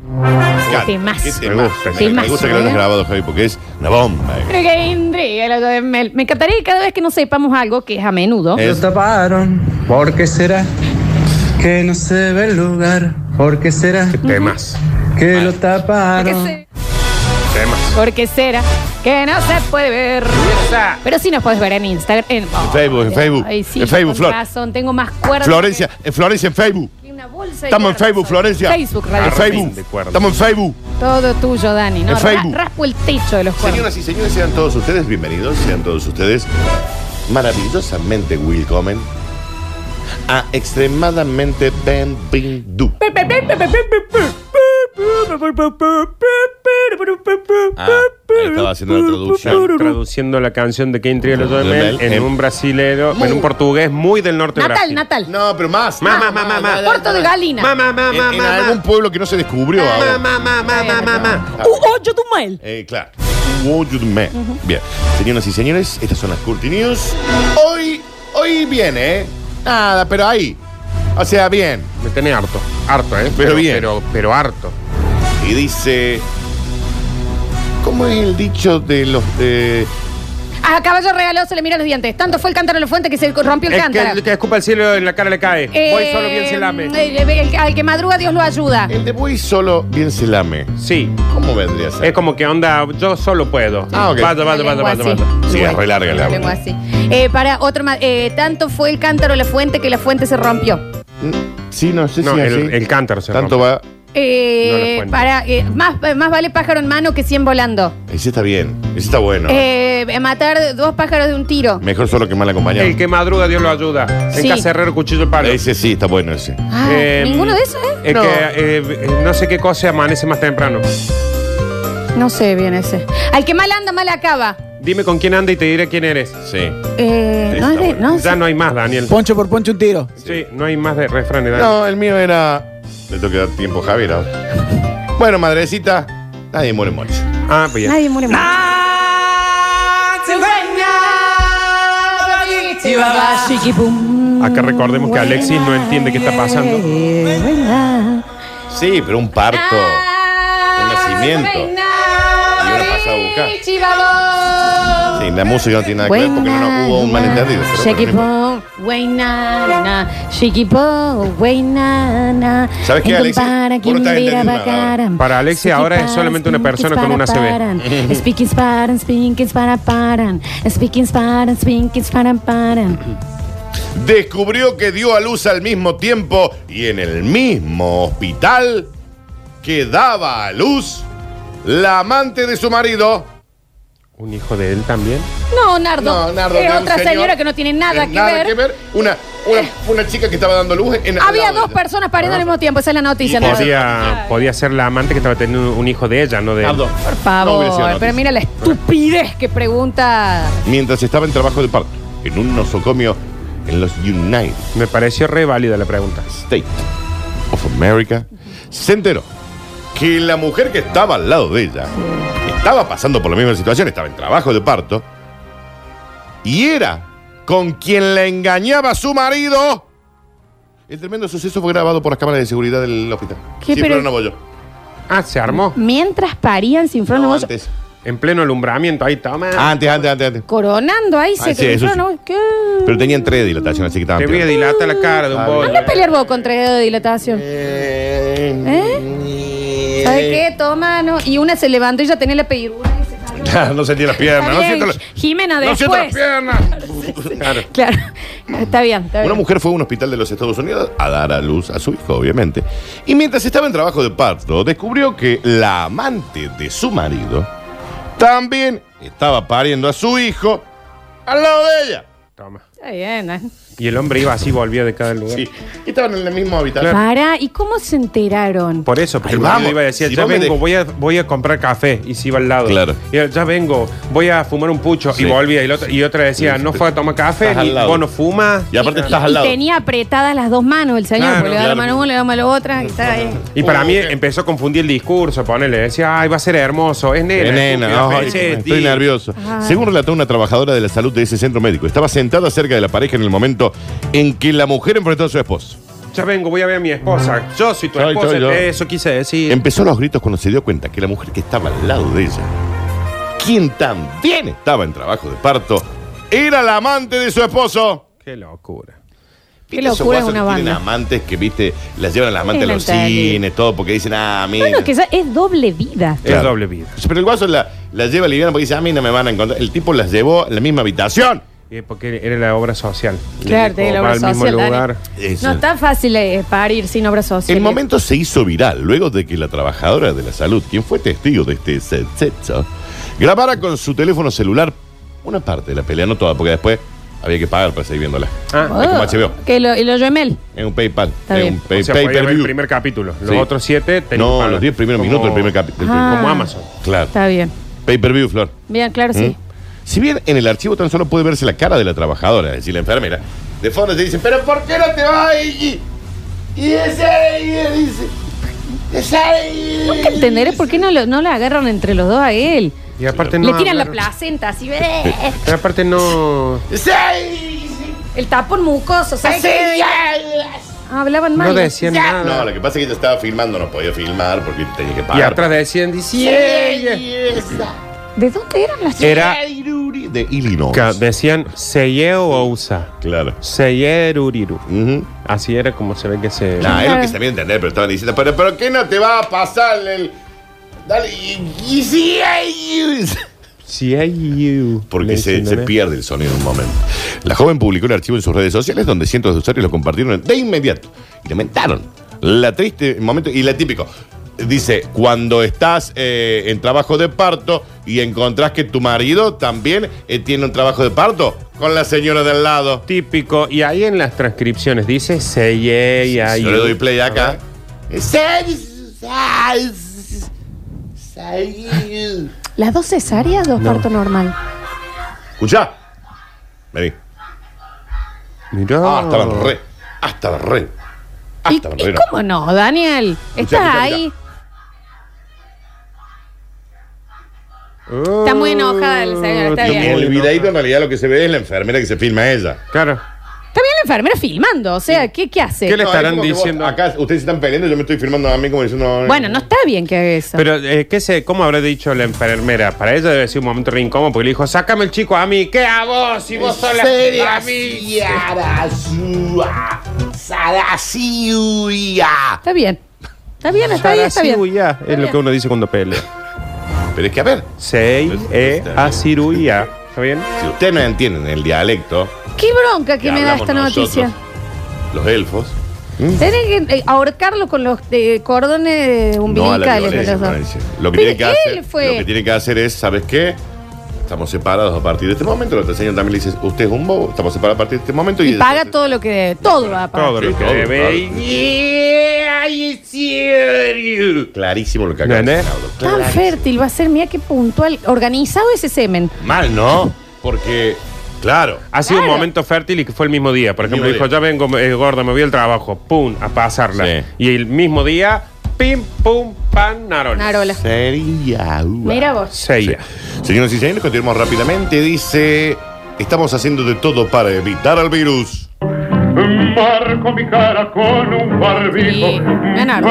Claro. Temazo. Qué temazo. Me gusta, Me, temazo, gusta que lo ¿eh? hayas grabado, Javi, porque es una bomba. Pero qué intriga lo de Mel. Me encantaría que cada vez que no sepamos algo, que es a menudo, Eh. Lo taparon, ¿por qué será? Que no se ve el lugar, ¿por qué será? Temas. Que lo porque, taparon. se- Temas. porque será que no se puede ver. Pero sí nos puedes ver en Instagram. En, Facebook, en Facebook. Ay, sí, En Facebook, con Flor. razón, tengo más cuerdas. Florencia, en Florencia en Facebook. que- que una bolsa de Estamos en cuerdas. Facebook, Florencia. Facebook, Radio En Sucesos. Facebook. Estamos en Facebook. Todo tuyo, Dani. ¿no? En Ra- Facebook. raspo el techo de los cuernos. Señoras y señores, sean todos ustedes bienvenidos, sean todos ustedes maravillosamente welcome a extremadamente bienvenido. Ah, ahí estaba haciendo la traducción. em. traduciendo la canción de que intriga los dos de Mel en un brasilero, en un portugués muy del norte de Natal, Brasil. Natal. No, pero más. Más, más, más, más, más. Puerto de Galina. Mamá, mamá, En, en algún mamá. pueblo que no se descubrió ahora. Mamá, mamá, mamá, mamá. Ocho tu mail. Eh, claro. Would you man? Bien. Señoras y señores, estas son las Curti News. Hoy, hoy viene, ¿eh? Nada, pero ahí. O sea, bien. Me tenés harto, harto, ¿eh? Pero bien. Pero, pero harto. Y dice... ¿Cómo es el dicho de los... de A caballo regalado se le miran los dientes. Tanto fue el cántaro de la fuente que se rompió el Es que cántaro. el que escupa el cielo en la cara le cae. Eh, Voy solo bien se lame. el- el- al que madruga Dios lo ayuda. El de Buey solo bien se lame. Sí. ¿Cómo vendría a ser? Es como que onda, yo solo puedo. Ah, ok. Una Vaya, vaya, vaya, lengua vaya, así. vaya. Sí, Igual, es re larga la una lengua así. Eh, para otro más. eh, tanto fue el cántaro de la fuente que la fuente se rompió. Mm, Sí, no sé No, si el, así. el cántaro se Tanto rompe. va... Eh, No la fuente. para eh, más, más vale pájaro en mano que cien volando. Ese está bien. Ese está bueno. Eh, matar dos pájaros de un tiro. Mejor solo que mal acompañado. El que madruga, Dios lo ayuda. Sí. En casa herrero, cuchillo de palo. Ese sí, está bueno ese. Ah, Eh, Ninguno de esos, ¿eh? Es no. que eh, no sé qué cosa amanece más temprano. No sé bien ese. Al que mal anda, mal acaba. Dime con quién anda y te diré quién eres. Sí. Eh, Sí, no es está de. bueno. No, Ya no hay más, Daniel. Poncho por poncho un tiro. Sí, no hay más de refranes, Daniel. No, el mío era. Le tengo que dar tiempo a Javier ahora. Bueno, madrecita, nadie muere mucho. Ah, pues ya. nadie muere mal. Acá recordemos que Alexis no entiende qué está pasando. Sí, pero un parto. Un nacimiento. Y una pasada a buscar. Sí, la música no tiene nada que ver porque no, no hubo un malentendido. pero Shake it, bueno, no boom, wey, na, na. Shake it, boom, wey, na, na. ¿Sabes qué, En Alexis? compara Vos quien no mira estás entendiendo nada ahora. bacaran. Para Alexis Speak ahora es paran, solamente una speak persona para con una CB. paran. Speak is paran, speak is para paran. Speak is paran, speak is para paran. importa. Descubrió que dio a luz al mismo tiempo y en el mismo hospital que daba a luz la amante de su marido. ¿Un hijo de él también? No, Nardo. No, Nardo, es que un otra señor- señora que no tiene nada, eh, que, nada ver. que ver. Una, una, una chica que estaba dando luz en al Había lado dos de ella. personas pariendo al mismo tiempo, esa es la noticia. Y Nardo. Podía, podía ser la amante que estaba teniendo un hijo de ella, no de él. Nardo, Por no favor, hubiera sido pero noticia. mira la estupidez que pregunta. mientras estaba en trabajo de parto en un nosocomio en los United Me pareció re válida la pregunta. States of America, se enteró que la mujer que estaba al lado de ella estaba pasando por la misma situación, estaba en trabajo de parto y era con quien la engañaba su marido. El tremendo suceso fue grabado por las cámaras de seguridad del hospital. ¿Qué, sí, pero- pero no voy yo. Ah, se armó. Mientras parían sin freno, No, vos- antes. En pleno alumbramiento. Ahí toma. antes, antes, antes, antes. coronando ahí se Ah, sí, eso sí. ¿no? ¿Qué? Pero tenían tres dilataciones, así que estaban Te voy a peor. dilatar la cara de un Está Ah, bien. bollo. Anda a pelear vos contra el dedo de dilatación. ¿Eh? ¿Sabes qué? Toma, ¿no? Y una se levantó y ya tenía la pedidura y se salió. no sentí las piernas. Está No bien, siento, las- Jimena, no siento las después. piernas. Claro. Claro, está bien, está Una bien. mujer fue a un hospital de los Estados Unidos a dar a luz a su hijo, obviamente. Y mientras estaba en trabajo de parto, descubrió que la amante de su marido también estaba pariendo a su hijo al lado de ella. Toma. Está bien, ¿eh? Y el hombre iba así, volvía de cada lugar. Sí. Y estaban en el mismo habitación. Para, ¿y cómo se enteraron? Por eso, porque Ahí el marido vamos. iba a decir, Si ya vos me vengo, dej- voy a, voy a comprar café. Y se iba al lado. Claro. Y él, ya vengo, voy a fumar un pucho. Sí. Y volvía. Y, la otra- y otra decía, Sí, no pero- fue a tomar café, Estás al ni lado. vos no fumas. Y aparte Y- estás Ah. y- al lado. Y tenía apretadas las dos manos el señor, Claro, porque le da claro. la mano a uno, le da la mano a la otra, y está ahí. Y para Oh, mí ok. empezó a confundir el discurso, ponele. Decía, ay, va a ser hermoso, es nena. Eh, nena, estúpida, ay, feliz, estoy di- nervioso. Ah. Según relató una trabajadora de la salud de ese centro médico, estaba sentada cerca de la pareja en el momento en que la mujer enfrentó a su esposo. Ya vengo, voy a ver a mi esposa. Yo soy tu Soy- esposa, soy yo. Em eso quise decir. Empezó los gritos cuando se dio cuenta que la mujer que estaba al lado de ella, quien también estaba en trabajo de parto, era la amante de su esposo. Qué locura. Qué Viste esos locura es guasos que una Tienen banda. amantes que, viste, las llevan a las amantes a los Mentalidad. cines, todo, porque dicen, ah, mira. Bueno, que esa es doble vida. Es Claro. doble vida. Pero el guaso la, la lleva liviana porque dice, a mí no me van a encontrar. El tipo las llevó a la misma habitación. Eh, porque era la obra social. Claro, Como tiene la va obra al mismo social, Dani. lugar. Eso. No está fácil eh, parir sin obra social. El momento se hizo viral luego de que la trabajadora de la salud, quien fue testigo de este sexo, grabara con su teléfono celular una parte de la pelea, no toda, porque después había que pagar para seguir viéndola. Ah, Oh, es como HBO. Que lo, y lo Joemel. Es un PayPal. Está Es bien. un o pay- sea, pay podía per ver el view. primer capítulo. Los Sí. otros siete tenían No, paga. los 10 primeros Como- minutos del primer capítulo. Ah. Como Amazon. Claro. Está bien. Pay per view, Flor. Bien, claro, ¿Mm? sí. Si bien en el archivo tan solo puede verse la cara de la trabajadora, es decir, la enfermera, de fondo te dicen, pero ¿por qué no te vas? Y, y ese, y él dice, ese, y- Nunca entenderé por qué no lo, no lo agarran entre los dos a él. Y aparte no. Le tiran la hablaron. placenta así. eh, Pero aparte no. ese, y- el tapón mucoso. ¿sabes qué? Ah, Hablaban mal. No decían nada. No, lo que pasa es que yo estaba filmando, no podía filmar porque tenía que pagar. Y atrás decían, dice, "Yeah, yeah". ¿De dónde eran las chicas? Era. de Illinois. ca- Decían, Seyeo Ousa. Claro. Seyeruriru. Ujú. Así era como se ve que se. Nah, es lo Claro. que sabía entender, pero estaban diciendo, pero, pero ¿qué no te va a pasar el. Dale. y- y- sí, ay, y- Seyeu. Porque le se, dicen, se ¿no? pierde el sonido en un momento. La joven publicó el archivo en sus redes sociales donde cientos de usuarios lo compartieron de inmediato. Y lamentaron la triste momento. Y la típico. Dice, cuando estás eh, en trabajo de parto y encontrás que tu marido también eh, tiene un trabajo de parto con la señora del lado. Típico. Y ahí en las transcripciones dice Si Yo le doy Seyeu. play acá. ¿Las dos cesáreas dos No. parto normal? Escucha. Vení. Mirá. Ah, estaban re. Ah, estaban re. Ah, ¿Y, estaban y re. no. cómo no, Daniel? Estás escuchá, ahí. Oh, Está muy enojada el señor, está y bien. En muy el videito en enojada. realidad lo que se ve es la enfermera que se filma a ella. Claro. Está bien la enfermera filmando, o sea, ¿qué, qué hace? ¿Qué le- No, estarán es como que vos- diciendo? acá ustedes están peleando, yo me estoy filmando a mí como diciendo. Bueno, no está bien que haga eso. Pero, eh, ¿qué sé? ¿Cómo habrá dicho la enfermera? Para ella debe ser un momento re incómodo porque le dijo, sácame el chico a mí, ¿qué a vos? Si vos sos la a mí. está bien. Está bien, está bien, está bien. Sarasiuya, Es lo bien. que uno dice cuando pelea. Pero es que a ver, Sei, e, a, ciruya. ¿Está bien? si ustedes no entienden el dialecto Qué bronca que que me da hablamos esta nosotros, noticia. los elfos, Tienen que eh, ahorcarlo con los eh, cordones no a la umbilicales de violencia, los dos. Florencia. Lo que Pero tiene que él hacer, fue- lo que tiene que hacer es, ¿sabes qué? Estamos separados a partir de este momento. Lo que te enseñan también le dices, usted es un bobo, estamos separados a partir de este momento y, Y paga después- todo lo que debe. Todo va a pagar. Todo Ah, Sí, lo que todo, debe. claro. Yeah, I see you. Clarísimo lo que acá ¿Entendés? Tan fértil va a ser, mira qué puntual. Organizado ese semen. Mal, ¿no? Porque, claro. Ha sido un Claro. momento fértil y que fue el mismo día. Por El ejemplo, mismo dijo, día. ya vengo eh, gorda, me voy al trabajo. Pum, a pasarla. Sí. Y el mismo día, pim, pum, pan, narola. Narola. Sería. uva. Mira vos. Seiya. Sí. Señoras y señores, continuamos rápidamente. Dice, estamos haciendo de todo para evitar al virus. Marco mi cara con un barbijo. Sí, Leonardo.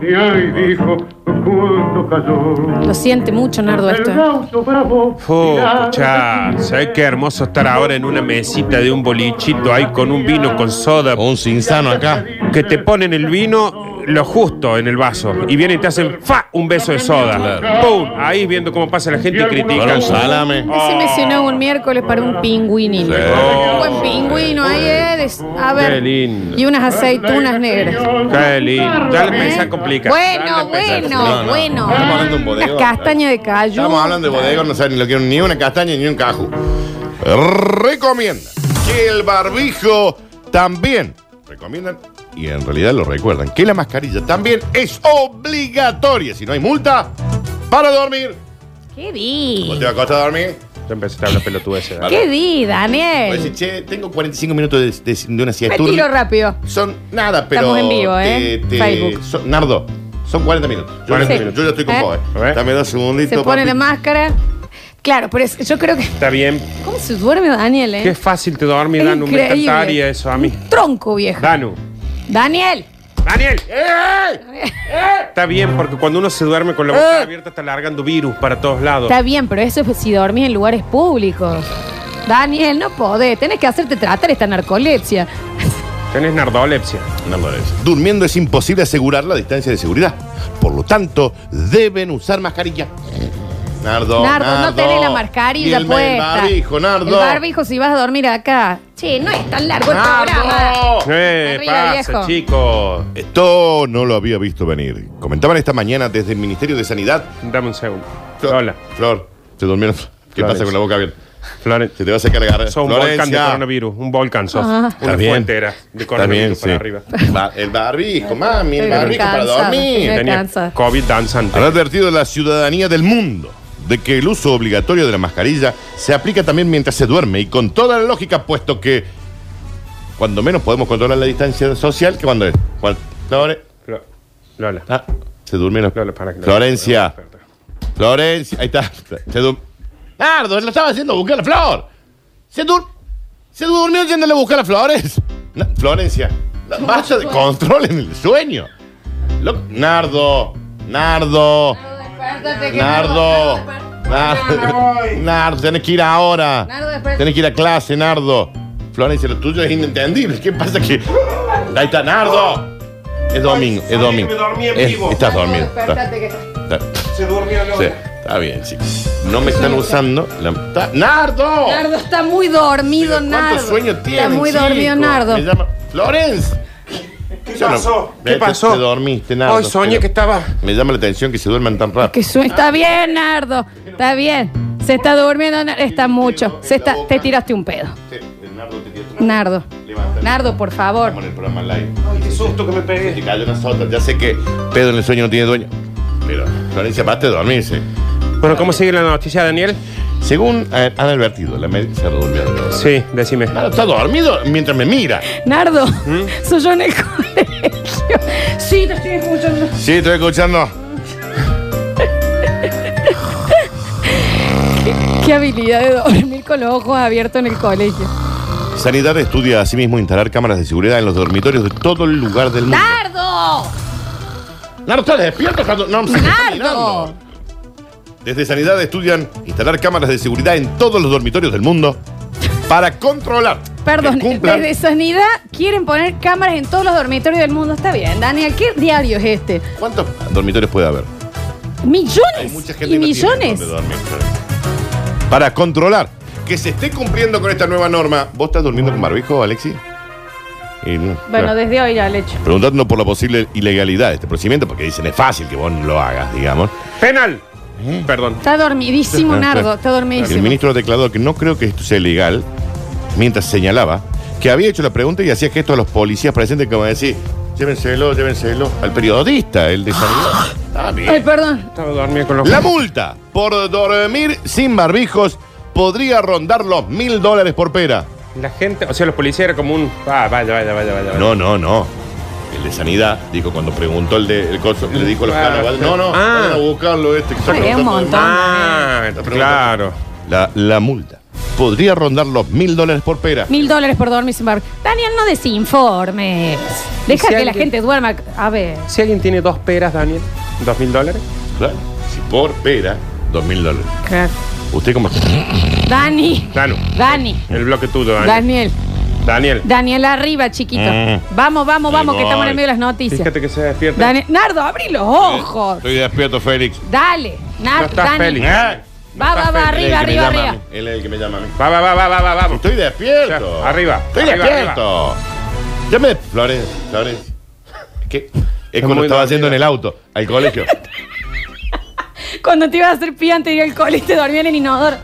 Pero y dijo, junto cayó. Lo siente mucho, Nardo, El esto. ¿eh? gaucho bravo. Oh, mirando escuchá, aquí, ¿sabes qué hermoso estar ahora en una mesita de un bolichito ahí con un vino con soda? Un sinsano acá. Que te ponen el vino, lo justo en el vaso y viene y te hacen fa un beso de soda. Claro. ¡Pum! Ahí viendo cómo pasa la gente y Con critican. un salame. Se mencionó un miércoles para un pingüinito. Un buen pingüino ahí es. A ver. Qué lindo. Y unas aceitunas negras. ¿Eh? Qué lindo. Ya le empecé a complicar. Ya le Bueno, empecé a- bueno, pues, No, no. bueno. Estamos hablando de un Unas bodegón. castañas de callo. Estamos hablando de bodegón, no saben ni lo quiero ni una castaña ni un caju. Recomiendan que el barbijo también. Recomiendan, y en realidad lo recuerdan, que la mascarilla también es obligatoria. Si no hay multa, para dormir. ¿Qué ¿Vos te di? vas a acostar a dormir? Ya empecé a hablar pelotudez. ¿eh? ¿Qué di, Vos decís, Daniel? che, tengo 45 minutos de, de- de una Me siesta. tiro rápido. Son nada, pero. Estamos en vivo, ¿eh? Facebook. son- Nardo, son 40 minutos. Yo, 40 ya- minutos. yo ya estoy con ¿Eh? vos, A ¿eh? ver. Dame dos segunditos. Se pone papi. la máscara. Claro, pero es- yo creo que. Está bien. ¿Cómo se duerme Daniel, eh? Qué fácil te dormir, Es Danu. Me increíble. encantaría eso a mí. Un tronco, viejo. Danu. Daniel. ¡Daniel! ¡Eh! ¡Eh! Está bien, porque cuando uno se duerme con la ¡Eh! boca abierta está largando virus para todos lados. Está bien, pero eso es si dormís en lugares públicos. Daniel, no podés. Tenés que hacerte tratar esta narcolepsia. Tenés nardolepsia. No parece. Durmiendo es imposible asegurar la distancia de seguridad. Por lo tanto, deben usar mascarilla. Nardo, Nardo, no tenés la mascarilla Y el puesta. barbijo, Nardo. El barbijo si vas a dormir acá. Che, no es tan largo el programa. Nardo. ¡Eh! Arriba, ¡Pasa, viejo. chicos! Esto no lo había visto venir. Comentaban esta mañana desde el Ministerio de Sanidad. Dame un segundo. Flor, Hola. Flor, se durmieron. ¿Qué Flores. pasa con la boca abierta? Flores. Se te va a secar la garganta. Sos un volcán de coronavirus, un volcán sos. Ah. Está Una bien. fuente era de Está bien, coronavirus sí. para arriba. Ba- El barbijo, mami, el Estoy barbijo para cansada. dormir. Me Tenía cansa. COVID danzante. Han advertido a la ciudadanía del mundo de que el uso obligatorio de la mascarilla se aplica también mientras se duerme y con toda la lógica, puesto que cuando menos podemos controlar la distancia social que cuando es. Cuando- Flore- Flo- Lola. ah, se durmieron. Lola, para que- Florencia. Florencia. Ahí está. Se dur- Nardo, lo estaba haciendo buscar la flor. Se, dur se durmió yéndole a buscar a Flores. Na- Florencia. la- Basta de control en el sueño. Lo- Nardo. Nardo. Nardo. Nardo, Nardo, tenés que ir ahora. Nardo, después- Tenés que ir a clase, Nardo. Florencia, lo tuyo es inentendible. ¿Qué pasa que.? Ahí está, Nardo. Es domingo, Ay, es domingo. me dormí en Es- vivo. estás dormido. Está, está- Se durmió sí, está bien, chicos. No me están usando. la- está- ¡Nardo! Nardo está muy dormido, ¿Cuánto Nardo. sueño tiene? Está muy dormido, Nardo. Florencia. ¿Qué Te- te- Te dormiste, Nardo. Hoy soñé Pero que estaba. Me llama la atención que se duerman tan rápido. Que sue- Está bien, Nardo. Está bien. Se está durmiendo, Nardo. está mucho. Se está... Te tiraste un pedo. Sí, Nardo te dio- Nardo. Levántate. Nardo, por favor. Estamos en el programa al aire. Qué susto que me pegué. Te cayó una sota. Ya sé que pedo en el sueño no tiene dueño. Pero Florencia, basta de dormirse. Bueno, ¿cómo sigue la noticia, Daniel? Según eh, han advertido, la médica se durmió. Sí, decime. Claro, está dormido mientras me mira. Nardo, ¿Mm? soy yo en el colegio. Sí, te estoy escuchando. Sí, estoy escuchando. Qué habilidad de dormir con los ojos abiertos en el colegio. Sanidad estudia asimismo instalar cámaras de seguridad en los dormitorios de todo el lugar del mundo. ¡Nardo! Nardo, ¿estás despierto? Nardo, No, me está Nardo. mirando. Desde Sanidad estudian instalar cámaras de seguridad en todos los dormitorios del mundo para controlar. que Perdón, cumplan- desde Sanidad quieren poner cámaras en todos los dormitorios del mundo. Está bien, Daniel, ¿qué diario es este? ¿Cuántos dormitorios puede haber? Hay Millones mucha gente y que no tiene millones. dónde dormir, Florencia. Para controlar que se esté cumpliendo con esta nueva norma. ¿Vos estás durmiendo con barbijo, Alexi? Y no, Bueno, claro. desde hoy ya le hecho. Preguntando por la posible ilegalidad de este procedimiento, porque dicen es fácil que vos no lo hagas, digamos. Penal. ¿Eh? Perdón. Está dormidísimo, Nardo, está El dormidísimo. ministro ha declarado que no creo que esto sea legal, mientras señalaba que había hecho la pregunta y hacía gestos a los policías presentes como decir, llévenselo, llévenselo al periodista, el de sanidad. Ah, Está bien. Ay, perdón. Estaba dormido con los. La multa por dormir sin barbijos podría rondar los mil dólares por pera. La gente, o sea, los policías era como un. Ah, vaya, vaya, vaya, vaya. No, no, no. El de sanidad dijo cuando preguntó el de el coso, le dijo a los Ah, carnavales, no, no, ah. vayan a buscarlo este. que está Ay, es un preguntando de montón. Ah, La pregunta- claro. más. La, la multa podría rondar los mil dólares por pera. Mil dólares por dormir sin barba. Daniel, no desinformes. Deja si que la alguien- gente duerma. A ver. Si alguien tiene dos peras, Daniel, dos mil dólares. Claro. Si por pera, dos mil dólares. Usted como... Dani, Danu, Dani, el bloque tuyo, Daniel. Daniel. Daniel. Daniel arriba, chiquito. Mm. Vamos, vamos, Ahí vamos, que voy. estamos en el medio de las noticias. Fíjate que se despierta. Daniel, Nardo, abrí los ojos. Estoy despierto, Félix. Dale, No Nardo, estás feliz. Daniel. Ah, Va, va, va, Él es el arriba, que me arriba, llama a arriba. mí. Él es el que me llama a mí. Va, va, va, va, va, va, vamos. Estoy despierto. Ya, arriba, Estoy arriba, despierto. Ya me. Flores, Flores. ¿Qué? Es cuando muy estaba dormida. haciendo en el auto, al colegio. Cuando te ibas a hacer pía antes de ir al cole y te dormían en el inodoro.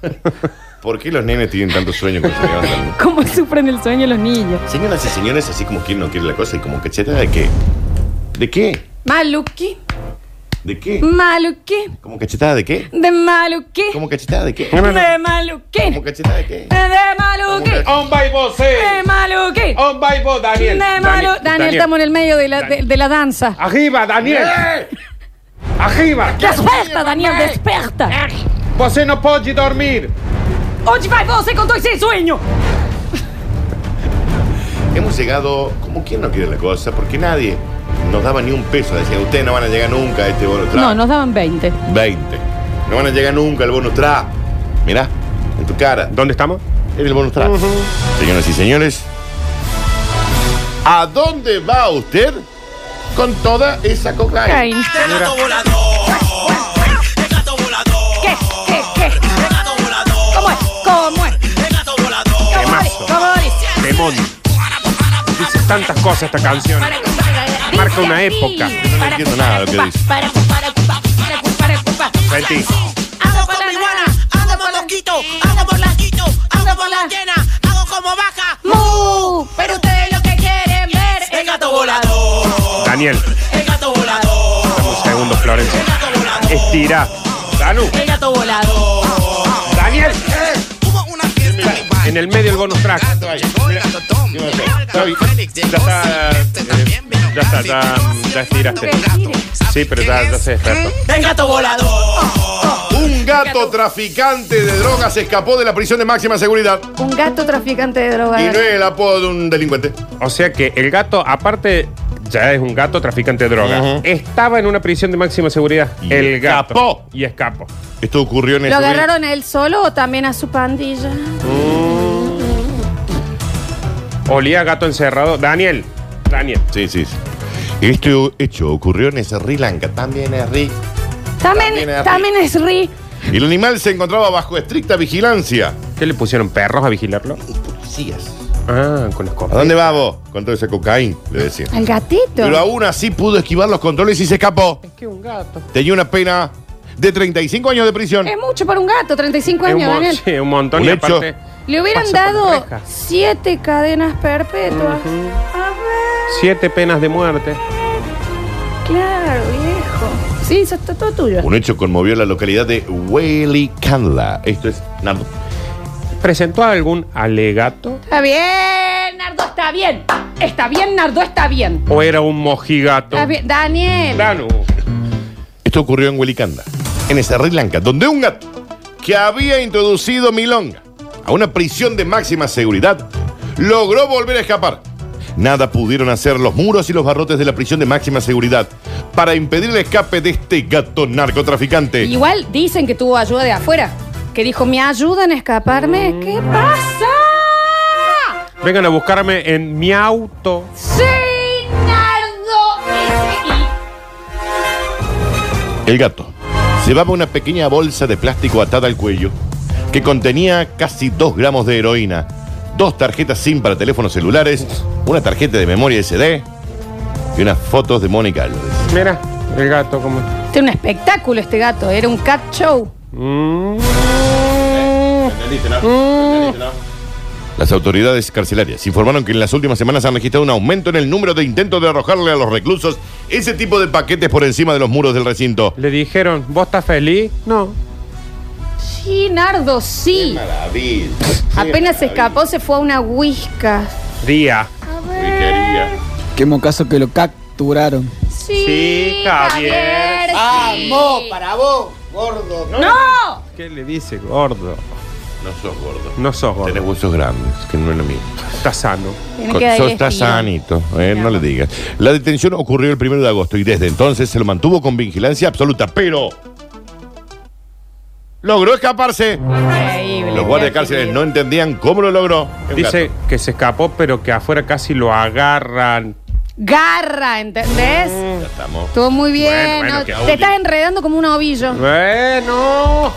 ¿Por qué los nenes tienen tanto sueño cuando se levantan? ¿Cómo sufren el sueño los niños? Señoras y señores, así como quien no quiere la cosa y como cacheta, ¿de qué? ¿De qué? Maluki, ¿De qué? Maluki, ¿Cómo cachetada de qué? de Maluki, ¿Cómo cachetada de qué? de Maluki, ¿Cómo cachetada de qué? de Maluki, ¿Cómo On by vos, de eh. Maluki, On by vos, de Oh, Daniel. Ah. Maluki. Daniel, estamos en el medio de la, de, de la danza. Arriba, Daniel. Arriba. Desperta, Daniel, Eh. desperta. Vos no podés dormir. Onde vai você com dois sem sueño? Hemos llegado como quien no quiere la cosa, porque nadie nos daba ni un peso. Decía, ustedes no van a llegar nunca a este bono trap. No, nos daban 20. 20. No van a llegar nunca al bonus trap. Mirá, en tu cara. ¿Dónde estamos? Es el bonus trap. Señoras y señores, ¿a dónde va usted con toda esa cocaína? Caín. El gato volador. El gato volador. ¿Qué? ¿Qué? ¿Qué? El gato volador. ¿Cómo es? ¿Cómo es? El gato volador. ¿Cómo es? Temazo. ¿Cómo es? Demonio. Dice tantas cosas esta canción. Marca una época. Yo no entiendo nada de lo que dice. Para, para, para, para, para, para. Sentí. Hago por la iguana. Hago por loquito. Hago por laquito. Hago por la llena. Hago como vaca. ¡Mu! Pero ustedes lo que quieren ver El gato volador. Daniel, El gato volador. dame un segundo, Florencia. El gato volador. Estira. Danu. El gato volador. Daniel. Hubo una fiesta en mi En el medio el bonus track. Llegó el gato Tom, Mira, llegó el Javi, gato Félix, Ya llegó está. Silvestre, eh, también vino Ya está, Gandhi, ya, vino ya estiraste. Sí, pero ya, ya se despertó. El gato volador. Un gato traficante de drogas se escapó de la prisión de máxima seguridad. Un gato traficante de Y no drogas. es el apodo de un delincuente. O sea que el gato, aparte, ya es un gato traficante de droga. Ujú. Estaba en una prisión de máxima seguridad. Y el gato. escapó. Y escapó. Esto ocurrió en el. ¿Lo agarraron a él solo o también a su pandilla? Olía a gato encerrado. Daniel. Daniel. Sí, sí. sí. Este hecho ocurrió en Sri Lanka. También es Sri. También, También es también es Ri. Y el animal se encontraba bajo estricta vigilancia. ¿Qué le pusieron perros a vigilarlo? Policías. Ah, con ¿A escopeta. dónde va vos? Con todo ese cocaín, le decía. Al gatito. Pero aún así pudo esquivar los controles y se escapó. Es que un gato. Em- Tenía una pena de 35 años de prisión. Es mucho para un gato, 35 Es un, años, mon- Daniel. sí, un montón. Un y hecho. aparte, Le hubieran Pasa por dado rejas. siete cadenas perpetuas. A ver, siete penas de muerte. claro, viejo. Sí, eso está todo tuyo. Un hecho conmovió la localidad de Whaley Candla. Esto es Nardo. ¿Presentó algún alegato? Está bien, Nardo, está bien. Está bien, Nardo, está bien. ¿O era un mojigato? Está bien. Daniel. Danu. Esto ocurrió en Whaley Candla, en Sri Lanka, donde un gato que había introducido milonga a una prisión de máxima seguridad logró volver a escapar. Nada pudieron hacer los muros y los barrotes de la prisión de máxima seguridad para impedir el escape de este gato narcotraficante. Igual dicen que tuvo ayuda de afuera. Que dijo, ¿me ayudan a escaparme? ¿Qué pasa? Vengan a buscarme en mi auto. Sí, Nardo. ese- El gato llevaba una pequeña bolsa de plástico atada al cuello que contenía casi dos gramos de heroína, dos tarjetas SIM para teléfonos celulares, una tarjeta de memoria SD y unas fotos de Mónica Álvarez. Mira, el gato como. Este era un espectáculo este gato. Era un cat show. Mm. Las autoridades carcelarias informaron que en las últimas semanas han registrado un aumento en el número de intentos de arrojarle a los reclusos ese tipo de paquetes por encima de los muros del recinto. Le dijeron, ¿vos estás feliz? No. Sí, Nardo, sí. Maravilla. Apenas se escapó, se fue a una whisca. Día. Qué mocazo que lo capturaron. Sí, Sí, Javier. ¡Vamos! para vos, gordo. ¡No! ¿Qué le dice, gordo? No sos gordo. No sos gordo. Tenés huesos grandes, que no es lo mismo. Estás sano. Tiene que darle Sos está estilo. sanito, eh, no le digas. La detención ocurrió el primero de agosto y desde entonces se lo mantuvo con vigilancia absoluta, pero logró escaparse. Ahí horrible. Los guardias cárceles no entendían cómo lo logró. Es un Dice gato. que se escapó, pero que afuera casi lo agarran. Garra, ¿entendés? Ya estamos. Estuvo muy bien. Bueno, bueno, ¿no? Te que aúlle. estás enredando como un ovillo. Bueno.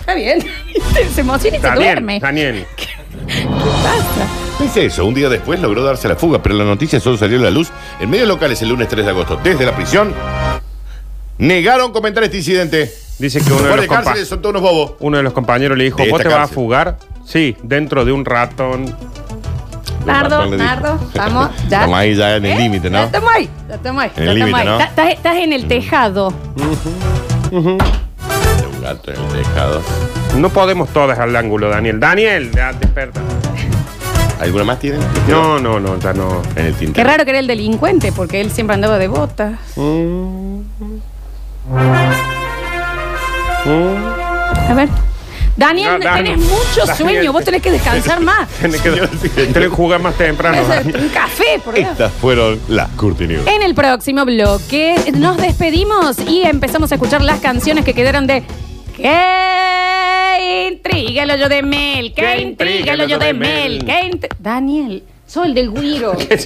Está bien. se emociona y se duerme. Daniel, Daniel. Dice eso, un día después logró darse la fuga, pero la noticia solo salió a la luz en medios locales el lunes 3 de agosto. Desde la prisión negaron comentar este incidente. Dice que Los uno de los, guardias compa- cárceles son todos unos bobos. uno de los compañeros le dijo, De ¿vos esta te vas a cárcel. fugar? Sí, dentro de un ratón. Nardo, Ratón le dijo. Nardo, estamos, ya. ¿Eh? Estamos ahí ya en el límite, Ya ¿no? Estamos ahí, ya estamos ahí. En el ya estamos límite, ahí. ¿no? Mm. Ta- Estás, estás en el tejado. Un gato en el tejado. No podemos todas al ángulo, Daniel. Daniel, ya, despierta. ¿Alguna más tienen? No, no, no, ya no. En el tintero. Qué raro que era el delincuente, porque él siempre andaba de botas. A ver. Daniel, No, Dani. tenés mucho Daniel, sueño, vos te- tenés que descansar más. Tienes que, Señor, sí. tenés que jugar más temprano. Eso, Un café, por Dios. Estas fueron las Curti News. En el próximo bloque nos despedimos y empezamos a escuchar las canciones que quedaron de Qué intriga el hoyo de Mel, qué intriga el hoyo de Mel, qué intri- Daniel, soy el del guiro.